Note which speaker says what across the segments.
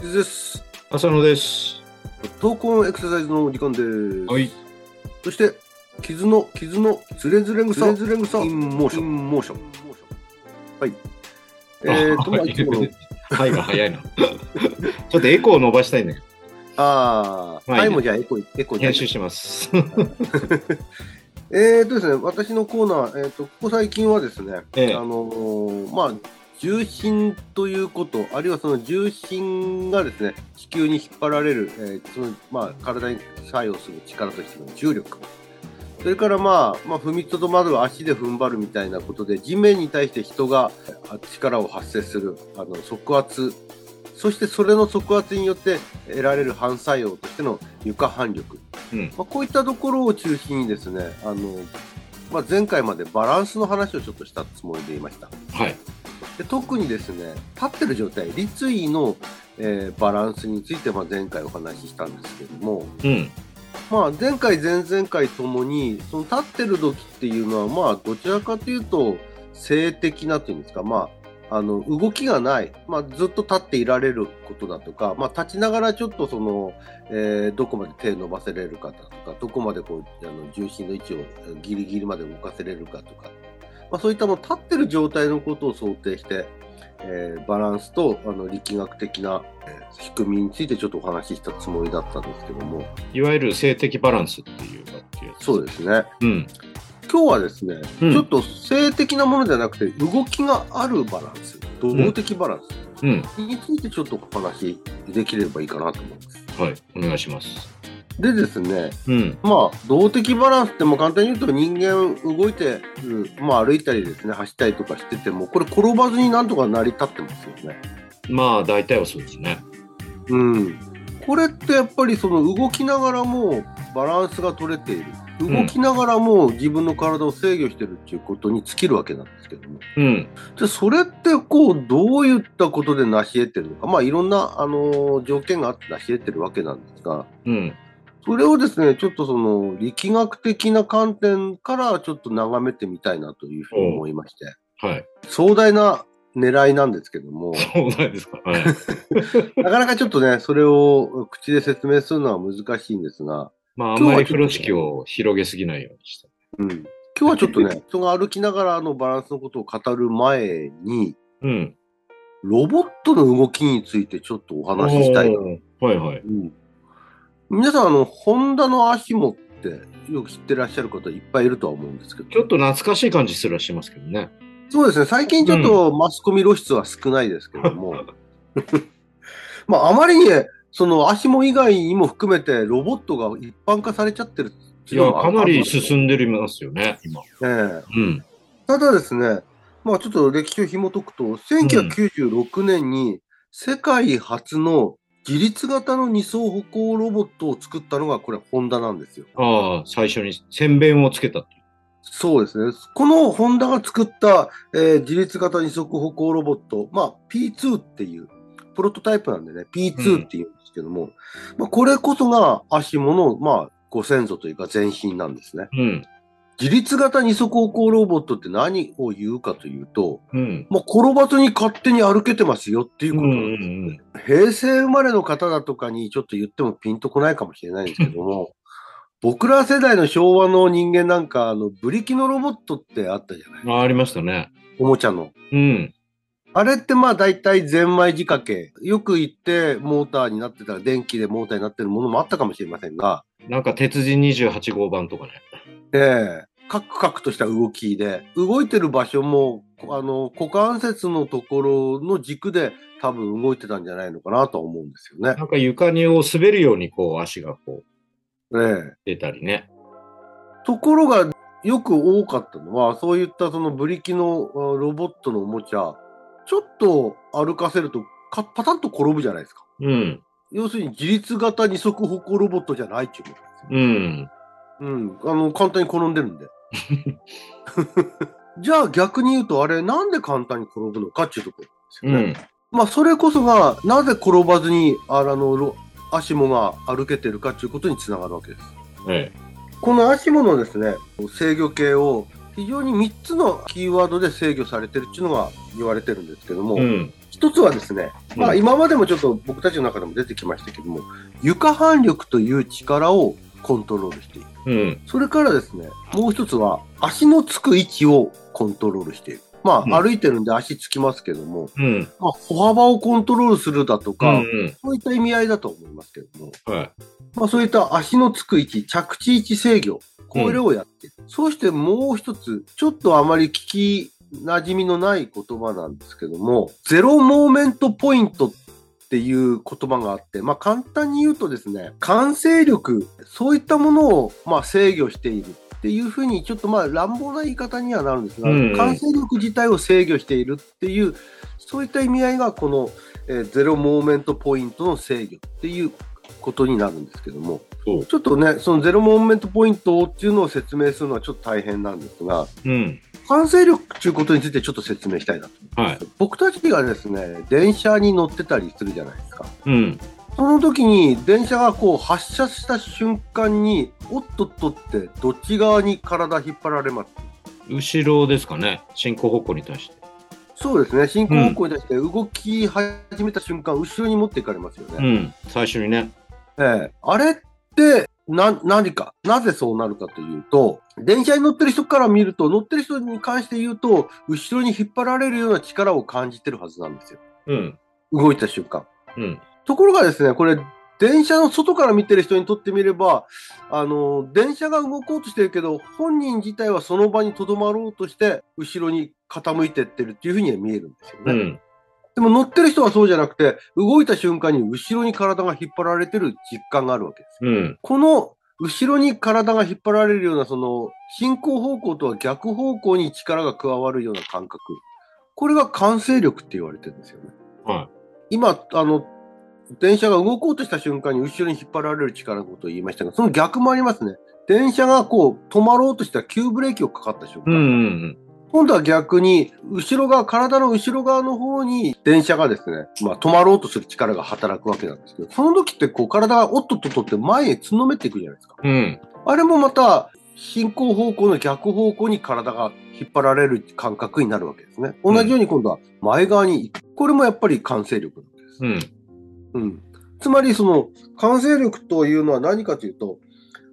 Speaker 1: です。
Speaker 2: 浅野です。
Speaker 1: 闘魂エクササイズの時間です。
Speaker 2: はい。
Speaker 1: そして、傷の、傷の、ズレズレ草、ズレズレ草、インモーション。インモーション。はい。えーと、まあ、いつもの、
Speaker 2: はいが早いな。ちょっとエコーを伸ばしたいん だけど、
Speaker 1: あー、
Speaker 2: まあ
Speaker 1: はいい、
Speaker 2: いね
Speaker 1: もうじゃあエコ、エコじゃな
Speaker 2: 編
Speaker 1: い
Speaker 2: 集します。
Speaker 1: えーとですね、私のコーナー、えーと、ここ最近はですね、
Speaker 2: ええ
Speaker 1: あのーまあ、重心ということ、あるいはその重心がですね、地球に引っ張られる、えーそのまあ、体に作用する力としての重力。それから、まあ、まあ、踏みとどまる足で踏ん張るみたいなことで、地面に対して人があ力を発生する、あの、側圧。そして、それの側圧によって得られる反作用としての床反力。
Speaker 2: うん。
Speaker 1: まあ、こういったところを中心にですね、あのまあ、前回までバランスの話をちょっとしたつもりでいました。
Speaker 2: はい。
Speaker 1: で特にですね、立ってる状態、立位の、えーバランスについて、まあ、前回お話ししたんですけども、
Speaker 2: うん。
Speaker 1: まあ、前回、前々回ともに、その立ってる時っていうのは、まあ、どちらかというと、性的なというんですか、まあ、あの動きがない、まあ、ずっと立っていられることだとか、まあ、立ちながらちょっとその、えーどこまで手伸ばせれるかだとか、どこまでこうあの重心の位置をえーギリギリまで動かせれるかとか、まあ、そういったもう立ってる状態のことを想定して、えーバランスとあの力学的なえー仕組みについてちょっとお話ししたつもりだったんですけども、
Speaker 2: いわゆる性的バランスっていうかっていうやつ。
Speaker 1: そうですね。
Speaker 2: うん。
Speaker 1: 今日はですね、
Speaker 2: うん
Speaker 1: ちょっと性的なものじゃなくて動きがあるバランス動的バランス
Speaker 2: うん。
Speaker 1: についてちょっとお話できればいいかなと思います。
Speaker 2: はい。お願いします。
Speaker 1: でですね
Speaker 2: うん。
Speaker 1: まあ動的バランスってもう簡単に言うと人間動いてる、まあ、歩いたりですね走ったりとかしててもこれ転ばずになんとか成り立ってますよね。
Speaker 2: まあ、大体はそうですね。
Speaker 1: うん、これってやっぱりその動きながらもバランスが取れている動きながらも自分の体を制御してるっていうことに尽きるわけなんですけども。
Speaker 2: うん。
Speaker 1: で、それってこう、どういったことで成し得てるのか。まあ、いろんな、あのー条件があって成し得てるわけなんですが、
Speaker 2: うん。
Speaker 1: それをですね、ちょっとその、力学的な観点からちょっと眺めてみたいなというふうに思いまして、
Speaker 2: はい。
Speaker 1: 壮大な狙いなんですけど も、
Speaker 2: そうなんですか。 はい。
Speaker 1: なかなかちょっとね、それを口で説明するのは難しいんですが、
Speaker 2: まあ、あ
Speaker 1: 今
Speaker 2: ん
Speaker 1: 日は
Speaker 2: まり風呂敷を広げすぎないようにして。
Speaker 1: うん。今日はちょっとね、人が歩きながらのバランスのことを語る前に、
Speaker 2: うん。
Speaker 1: ロボットの動きについてちょっとお話ししたいな
Speaker 2: おーはいはい。
Speaker 1: うん皆さん、あの、ホンダのアシモってよく知ってらっしゃる方いっぱいいるとは思うんですけど、
Speaker 2: ちょっと懐かしい感じすらしますけどね。
Speaker 1: そうですね、最近ちょっとマスコミ露出は少ないですけども、 まあ、あまりに、その、アシモ以外にも含めて、ロボットが一般化されちゃってるって
Speaker 2: い
Speaker 1: いうの
Speaker 2: や、
Speaker 1: もあ
Speaker 2: かなり
Speaker 1: ん
Speaker 2: 進んでますよね、今。
Speaker 1: ええ
Speaker 2: うん。
Speaker 1: ただですね、まあ、ちょっと歴史を紐解くと、1996年に世界初の自立型の二層歩行ロボットを作ったのが、これ、ホンダなんですよ。
Speaker 2: ああ、最初に洗弁をつけたっていう。
Speaker 1: そうですね。このホンダが作った、えー自立型二足歩行ロボット、まあ、P2 っていう、プロトタイプなんでね、P2 っていうんですけども、まあ、これこそが足もの、まあ、ご先祖というか前身なんですね。
Speaker 2: うん。
Speaker 1: 自立型二足歩行ロボットって何を言うかというと、
Speaker 2: うん。
Speaker 1: まあ、転ばずに勝手に歩けてますよっていう
Speaker 2: う
Speaker 1: こ
Speaker 2: ん
Speaker 1: と
Speaker 2: う
Speaker 1: なんです。
Speaker 2: んうん。
Speaker 1: 平成生まれの方だとかにちょっと言ってもピンとこないかもしれないんですけども、僕ら世代の昭和の人間なんか、あの、ブリキのロボットってあったじゃない
Speaker 2: あありましたね。
Speaker 1: おもちゃの。
Speaker 2: うん。
Speaker 1: あれってまあ大体ゼンマイ仕掛け。よく言ってモーターになってたら電気でモーターになってるものもあったかもしれませんが、
Speaker 2: なんか鉄人28号版とかね。
Speaker 1: ええカクカクとした動きで、動いてる場所も、あの、股関節のところの軸で多分動いてたんじゃないのかなとは思うんですよね。
Speaker 2: なんか床にを滑るようにこう足がこう
Speaker 1: ええ
Speaker 2: 出たりね。
Speaker 1: ところがよく多かったのはそういったそのブリキのあロボットのおもちゃちょっと歩かせるとかパタンと転ぶじゃないですか
Speaker 2: うん。
Speaker 1: 要するに自立型二足歩行ロボットじゃないっていうことですよ
Speaker 2: うん。
Speaker 1: うん、あの簡単に転んでるんで じゃあ逆に言うとあれなんで簡単に転ぶのかっていうところです
Speaker 2: う
Speaker 1: よね、
Speaker 2: ん。
Speaker 1: まあ、それこそが、なぜ転ばずに、あの、ろ足もが歩けてるかということにつながるわけです。
Speaker 2: え
Speaker 1: この足ものですね、制御系を非常に3つのキーワードで制御されてるっていうのが言われてるんですけども、
Speaker 2: え。うん。
Speaker 1: 一つはですね、まあ、
Speaker 2: うん
Speaker 1: 今までもちょっと僕たちの中でも出てきましたけども、床反力という力をコントロールしている。
Speaker 2: うん。
Speaker 1: それからですね、もう一つは足のつく位置をコントロールしている。ま
Speaker 2: うん
Speaker 1: あ、歩いてるんで足つきますけども、
Speaker 2: うん。
Speaker 1: まあ、歩幅をコントロールするだと
Speaker 2: うん
Speaker 1: か、
Speaker 2: うん。
Speaker 1: そういった意味合いだと思いますけども、
Speaker 2: はい。
Speaker 1: まあ、そういった足のつく位置、着地位置制御、これをやっている、そうしてもう一つ、ちょっとあまり聞き馴染みのない言葉なんですけども、ゼロモーメントポイントっていう言葉があって、まあ、簡単に言うとですね、完成力、そういったものをまあ制御している。っていうふうに、ちょっとまあ乱暴な言い方にはなるんですが、
Speaker 2: うん
Speaker 1: 完成力自体を制御しているっていう、そういった意味合いが、この、えーゼロモーメントポイントの制御っていうことになるんですけども、
Speaker 2: そう。
Speaker 1: ちょっとね、そのゼロモーメントポイントっていうのを説明するのはちょっと大変なんですが、
Speaker 2: うん。
Speaker 1: 完成力っていうことについてちょっと説明したいなと。
Speaker 2: はい。
Speaker 1: 僕たちがですね、電車に乗ってたりするじゃないですか。
Speaker 2: うん。
Speaker 1: その時に電車がこう発車した瞬間に、おっとっとってどっち側に体引っ張られます。
Speaker 2: 後ろですかね。進行方向に対して。
Speaker 1: そうですね、進行方向に対して動き始めた瞬間、後ろに持っていかれますよ
Speaker 2: う
Speaker 1: ね。
Speaker 2: ん。最初にね。
Speaker 1: ええあれって、な、何か、なぜそうなるかというと、電車に乗ってる人から見ると、乗ってる人に関して言うと、後ろに引っ張られるような力を感じてるはずなんですよ。
Speaker 2: うん。
Speaker 1: 動いた瞬間。
Speaker 2: うん。
Speaker 1: ところがですね、これ、電車の外から見てる人にとってみれば、あの、電車が動こうとしてるけど、本人自体はその場に留まろうとして、後ろに傾いてってるっていうふうには見えるんですよね。
Speaker 2: うん。
Speaker 1: でも乗ってる人はそうじゃなくて、動いた瞬間に後ろに体が引っ張られてる実感があるわけです。
Speaker 2: うん。
Speaker 1: この後ろに体が引っ張られるような、その進行方向とは逆方向に力が加わるような感覚。これが完成力って言われてるんですよね。
Speaker 2: は
Speaker 1: 今、あの、電車が動こうとした瞬間に後ろに引っ張られる力のことを言いましたが、その逆もありますね。電車がこう止まろうとしたら急ブレーキをかかった瞬
Speaker 2: い。う
Speaker 1: 間、
Speaker 2: ん。うん。
Speaker 1: 今度は逆に、後ろ側、体の後ろ側の方に電車がですね、まあ止まろうとする力が働くわけなんですけど、その時ってこう体がおっとっとっとって前へつんのめっていくじゃないですか。
Speaker 2: うん。
Speaker 1: あれもまた進行方向の逆方向に体が引っ張られる感覚になるわけですね。同じように今度は前側に行く。これもやっぱり完成力なんです。
Speaker 2: うん。
Speaker 1: うん。つまりその完成力というのは何かというと、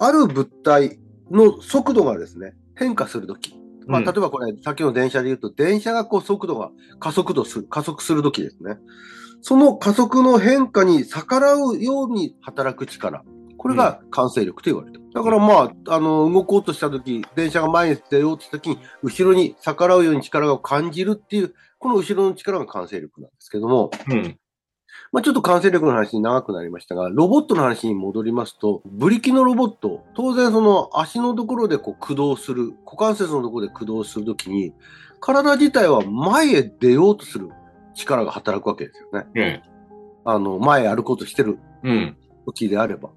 Speaker 1: ある物体の速度がですね、変化するとき。まあ、例えばこれ、さっきの電車で言うと、電車がこう速度が加速度する、加速するときですね。その加速の変化に逆らうように働く力。これが完成力と言われてる。だからまあ、あの、動こうとしたとき、電車が前に出ようとしたときに、後ろに逆らうように力を感じるっていう、この後ろの力が完成力なんですけども、
Speaker 2: うん。
Speaker 1: まあ、ちょっと完成力の話に長くなりましたが、ロボットの話に戻りますと、ブリキのロボット、当然その足のところでこう駆動する、股関節のところで駆動するときに、体自体は前へ出ようとする力が働くわけですよね。
Speaker 2: ええ。
Speaker 1: あの、前へ歩こうとしてる
Speaker 2: うん。
Speaker 1: 時であれば。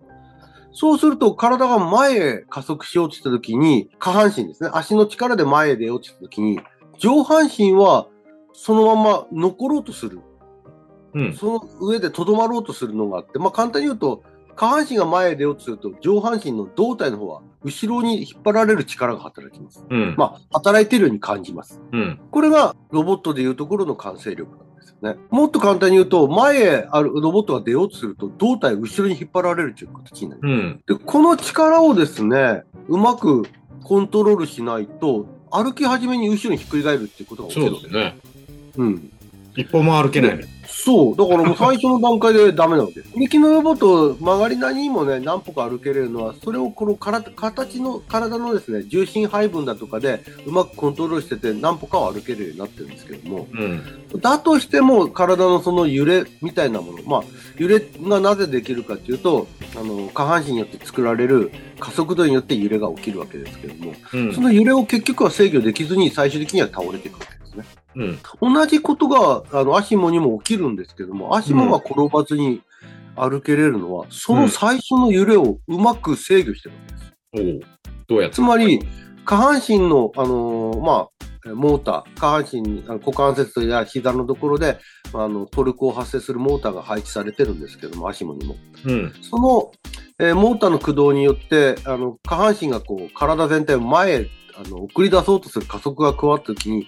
Speaker 1: そうすると、体が前へ加速しようとしたときに、下半身ですね、足の力で前へ出ようとしたときに、上半身はそのまま残ろうとする。
Speaker 2: うん。
Speaker 1: その上でとどまろうとするのがあって、まあ、簡単に言うと、下半身が前へ出ようとすると、上半身の胴体の方は後ろに引っ張られる力が働きます。
Speaker 2: うん。
Speaker 1: まあ、働いているように感じます。
Speaker 2: うん。
Speaker 1: これがロボットでいうところの完成力なんですよね。もっと簡単に言うと、前へあるロボットが出ようとすると、胴体を後ろに引っ張られるという形になります。
Speaker 2: うん。
Speaker 1: で、この力をですね、うまくコントロールしないと、歩き始めに後ろにひっくり返るっていうことが起き
Speaker 2: そ
Speaker 1: る
Speaker 2: うですね。
Speaker 1: うん。
Speaker 2: 一歩も歩けない。
Speaker 1: そう。だからもう最初の段階でダメなわけです。 幹のロボット、曲がりなりにもね、何歩か歩けれるのは、それをこのから形の、体のですね、重心配分だとかで、うまくコントロールしてて、何歩かは歩けるようになってるんですけども、
Speaker 2: うん。
Speaker 1: だとしても、体のその揺れみたいなもの、まあ、揺れがなぜできるかっていうと、あの、下半身によって作られる加速度によって揺れが起きるわけですけども、
Speaker 2: う
Speaker 1: そ
Speaker 2: ん。
Speaker 1: の揺れを結局は制御できずに、最終的には倒れていくわけですね。
Speaker 2: うん。
Speaker 1: 同じことがあのアシモにも起きるんですけども、アシモが転ばずに歩けれるのは、その最初の揺れをうまく制御してるわけです。
Speaker 2: おうどうやって
Speaker 1: つまり、下半身の、あのーまあ、えモーター、下半身に、あの股関節や膝のところで、あの、トルクを発生するモーターが配置されてるんですけども、足もにも。
Speaker 2: うん。
Speaker 1: その、えーモーターの駆動によって、あの、下半身がこう、体全体を前へ、あの、送り出そうとする加速が加わった時に、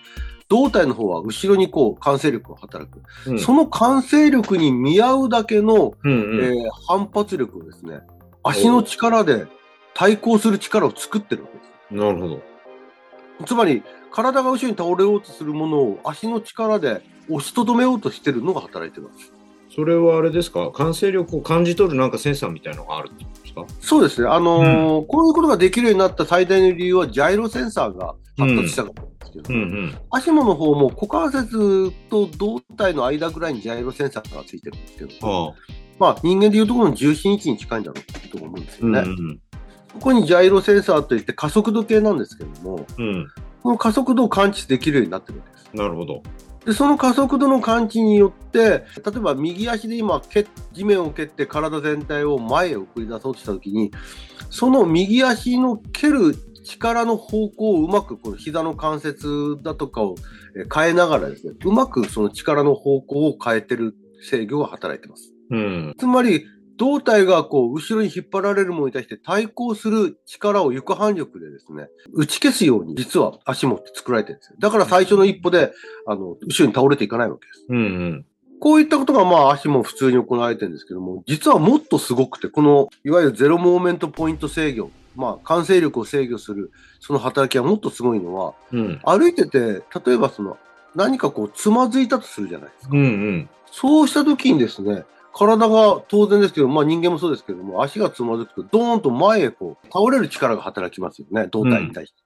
Speaker 1: 胴体の方は後ろにこう、慣性力が働く。
Speaker 2: うん。
Speaker 1: その慣性力に見合うだけの、
Speaker 2: うんうん。
Speaker 1: えー反発力をですね、足の力で対抗する力を作ってるわけです。
Speaker 2: なるほど。
Speaker 1: つまり、体が後ろに倒れようとするものを足の力で押しとどめようとしてるのが働いてます。
Speaker 2: それはあれですか感性力を感じ取るなんかセンサーみたいのがあるってことですか
Speaker 1: そうですね。あのーこういうことができるようになった最大の理由は、ジャイロセンサーが発達したからなんですけど、
Speaker 2: うん
Speaker 1: 足もの方も股関節と胴体の間ぐらいにジャイロセンサーがついてるんですけど、
Speaker 2: うん。ああ。
Speaker 1: まあ人間でいうところの重心位置に近いんだろうと思うんですよ
Speaker 2: うんう
Speaker 1: ね。
Speaker 2: ん。
Speaker 1: ここにジャイロセンサーといって加速度計なんですけども、
Speaker 2: うん。
Speaker 1: この加速度を感知できるようになってるわけです。
Speaker 2: なるほど。
Speaker 1: で、その加速度の感知によって、例えば右足で今、蹴地面を蹴って体全体を前へ送り出そうとしたときに、その右足の蹴る力の方向をうまく、この膝の関節だとかをえー変えながらですね、うまくその力の方向を変えてる制御が働いてます。
Speaker 2: うん。
Speaker 1: つまり、胴体がこう、後ろに引っ張られるものに対して対抗する力を床反力でですね、打ち消すように実は足も作られてるんですよ。だから最初の一歩で、あの、後ろに倒れていかないわけです。
Speaker 2: うんうん。
Speaker 1: こういったことがまあ足も普通に行われてるんですけども、実はもっとすごくて、この、いわゆるゼロモーメントポイント制御、まあ、完成力を制御する、その働きはもっとすごいのは、
Speaker 2: うん。
Speaker 1: 歩いてて、例えばその、何かこう、つまずいたとするじゃないですか。
Speaker 2: うんうん。
Speaker 1: そうした時にですね、体が当然ですけど、まあ人間もそうですけども、足がつまずくと、ドーンと前へこう、倒れる力が働きますよね、胴体に対して。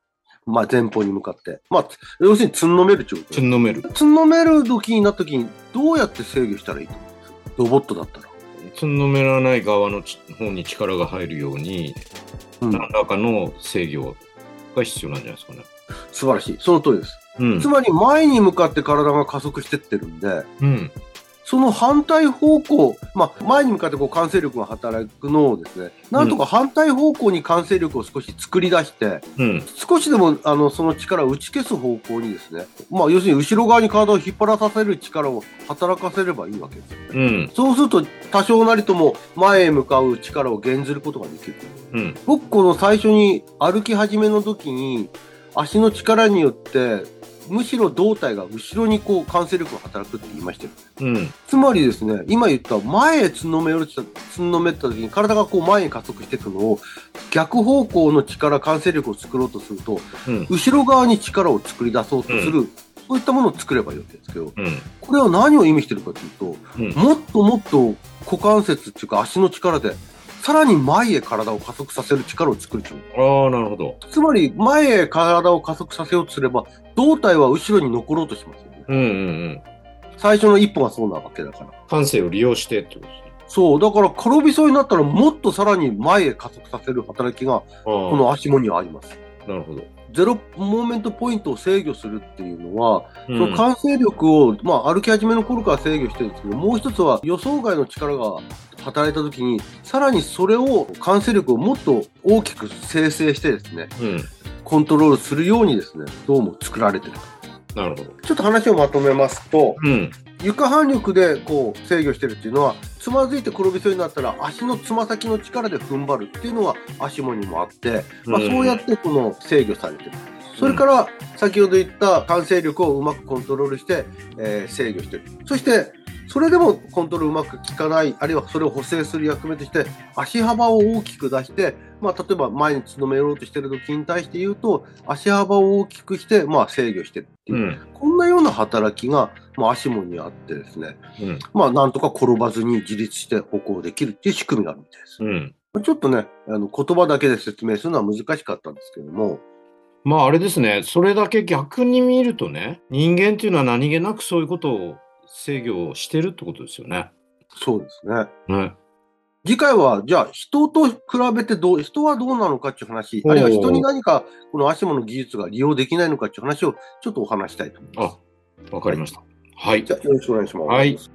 Speaker 1: まあ前方に向かって。まあ、つ要するにつんのめるってこと
Speaker 2: つんのめる。
Speaker 1: つんのめる時になった時に、どうやって制御したらいいと思うんですロボットだったら。
Speaker 2: つんのめらない側のち方に力が入るように、
Speaker 1: うん
Speaker 2: 何らかの制御が必要なんじゃないですかね。
Speaker 1: 素晴らしい。その通りです。
Speaker 2: うん
Speaker 1: つまり前に向かって体が加速してってるんで、
Speaker 2: うん。
Speaker 1: その反対方向、まあ、前に向かってこう感性力が働くのをですね、なんとか反対方向に感性力を少し作り出して、
Speaker 2: うん。
Speaker 1: 少しでもあのその力を打ち消す方向にですね、まあ、要するに後ろ側に体を引っ張らさせる力を働かせればいいわけですよね。
Speaker 2: うん。
Speaker 1: そうすると多少なりとも前へ向かう力を減ずることができる。
Speaker 2: うん。
Speaker 1: 僕この最初に歩き始めの時に足の力によってむしろ胴体が後ろにこう関性力が働くって言いましたよね。
Speaker 2: うん。
Speaker 1: つまりですね、今言った前へつんのめるつんのめった時に体がこう前に加速していくのを逆方向の力、関性力を作ろうとすると
Speaker 2: うん。
Speaker 1: 後ろ側に力を作り出そうとする、そういったものを作ればいいわけですけど、
Speaker 2: うん。
Speaker 1: これは何を意味してるかというと、
Speaker 2: うん
Speaker 1: もっともっと股関節っていうか足の力で、さらに前へ体を加速させる力を作るという。
Speaker 2: ああ、なるほど。
Speaker 1: つまり、前へ体を加速させようとすれば、胴体は後ろに残ろうとしますよね。
Speaker 2: うんうんうん。
Speaker 1: 最初の一歩がそうなわけだから。
Speaker 2: 感性を利用してってことですね。
Speaker 1: そう、だから転びそうになったら、もっとさらに前へ加速させる働きが、
Speaker 2: ああ、
Speaker 1: この足もにはあります。
Speaker 2: なるほど。
Speaker 1: ゼロモーメントポイントを制御するっていうのは、
Speaker 2: うん
Speaker 1: その感性力を、まあ、歩き始めの頃から制御してるんですけど、もう一つは予想外の力が働いた時に、さらにそれを、感性力をもっと大きく生成してですね、
Speaker 2: うん。
Speaker 1: コントロールするようにですね、どうも作られてる。
Speaker 2: なるほど。
Speaker 1: ちょっと話をまとめますと、
Speaker 2: うん。
Speaker 1: 床反力でこう制御してるっていうのは、つまずいて転びそうになったら足のつま先の力で踏ん張るっていうのは足もにもあって、まあ、
Speaker 2: うん
Speaker 1: そうやってこの制御されてる。それから先ほど言った感性力をうまくコントロールして、えー制御してる。そしてそれでもコントロールうまく効かない、あるいはそれを補正する役目として足幅を大きく出して、まあ、例えば前につのめようとしてる時に対して言うと足幅を大きくして、まあ、制御してるっていうう、
Speaker 2: ん。
Speaker 1: こんなような働きが、まあ、足もにあってですね、
Speaker 2: うん。
Speaker 1: まあ、なんとか転ばずに自立して歩行できるっていう仕組みがあるみたいです。
Speaker 2: うん。
Speaker 1: ちょっとね、あの言葉だけで説明するのは難しかったんですけども、
Speaker 2: まああれですね、それだけ逆に見るとね、人間っていうのは何気なくそういうことを制御をしてるってことですよね。
Speaker 1: そうですね。
Speaker 2: ね。
Speaker 1: 次回は、じゃあ、人と比べてどう、人はどうなのかっていう話、
Speaker 2: おー
Speaker 1: あるいは人に何か、この足もの技術が利用できないのかっていう話を、ちょっとお話したいと思います。
Speaker 2: あ、わかりました。はい
Speaker 1: じ。ゃあ、よろしくお願いします。
Speaker 2: はい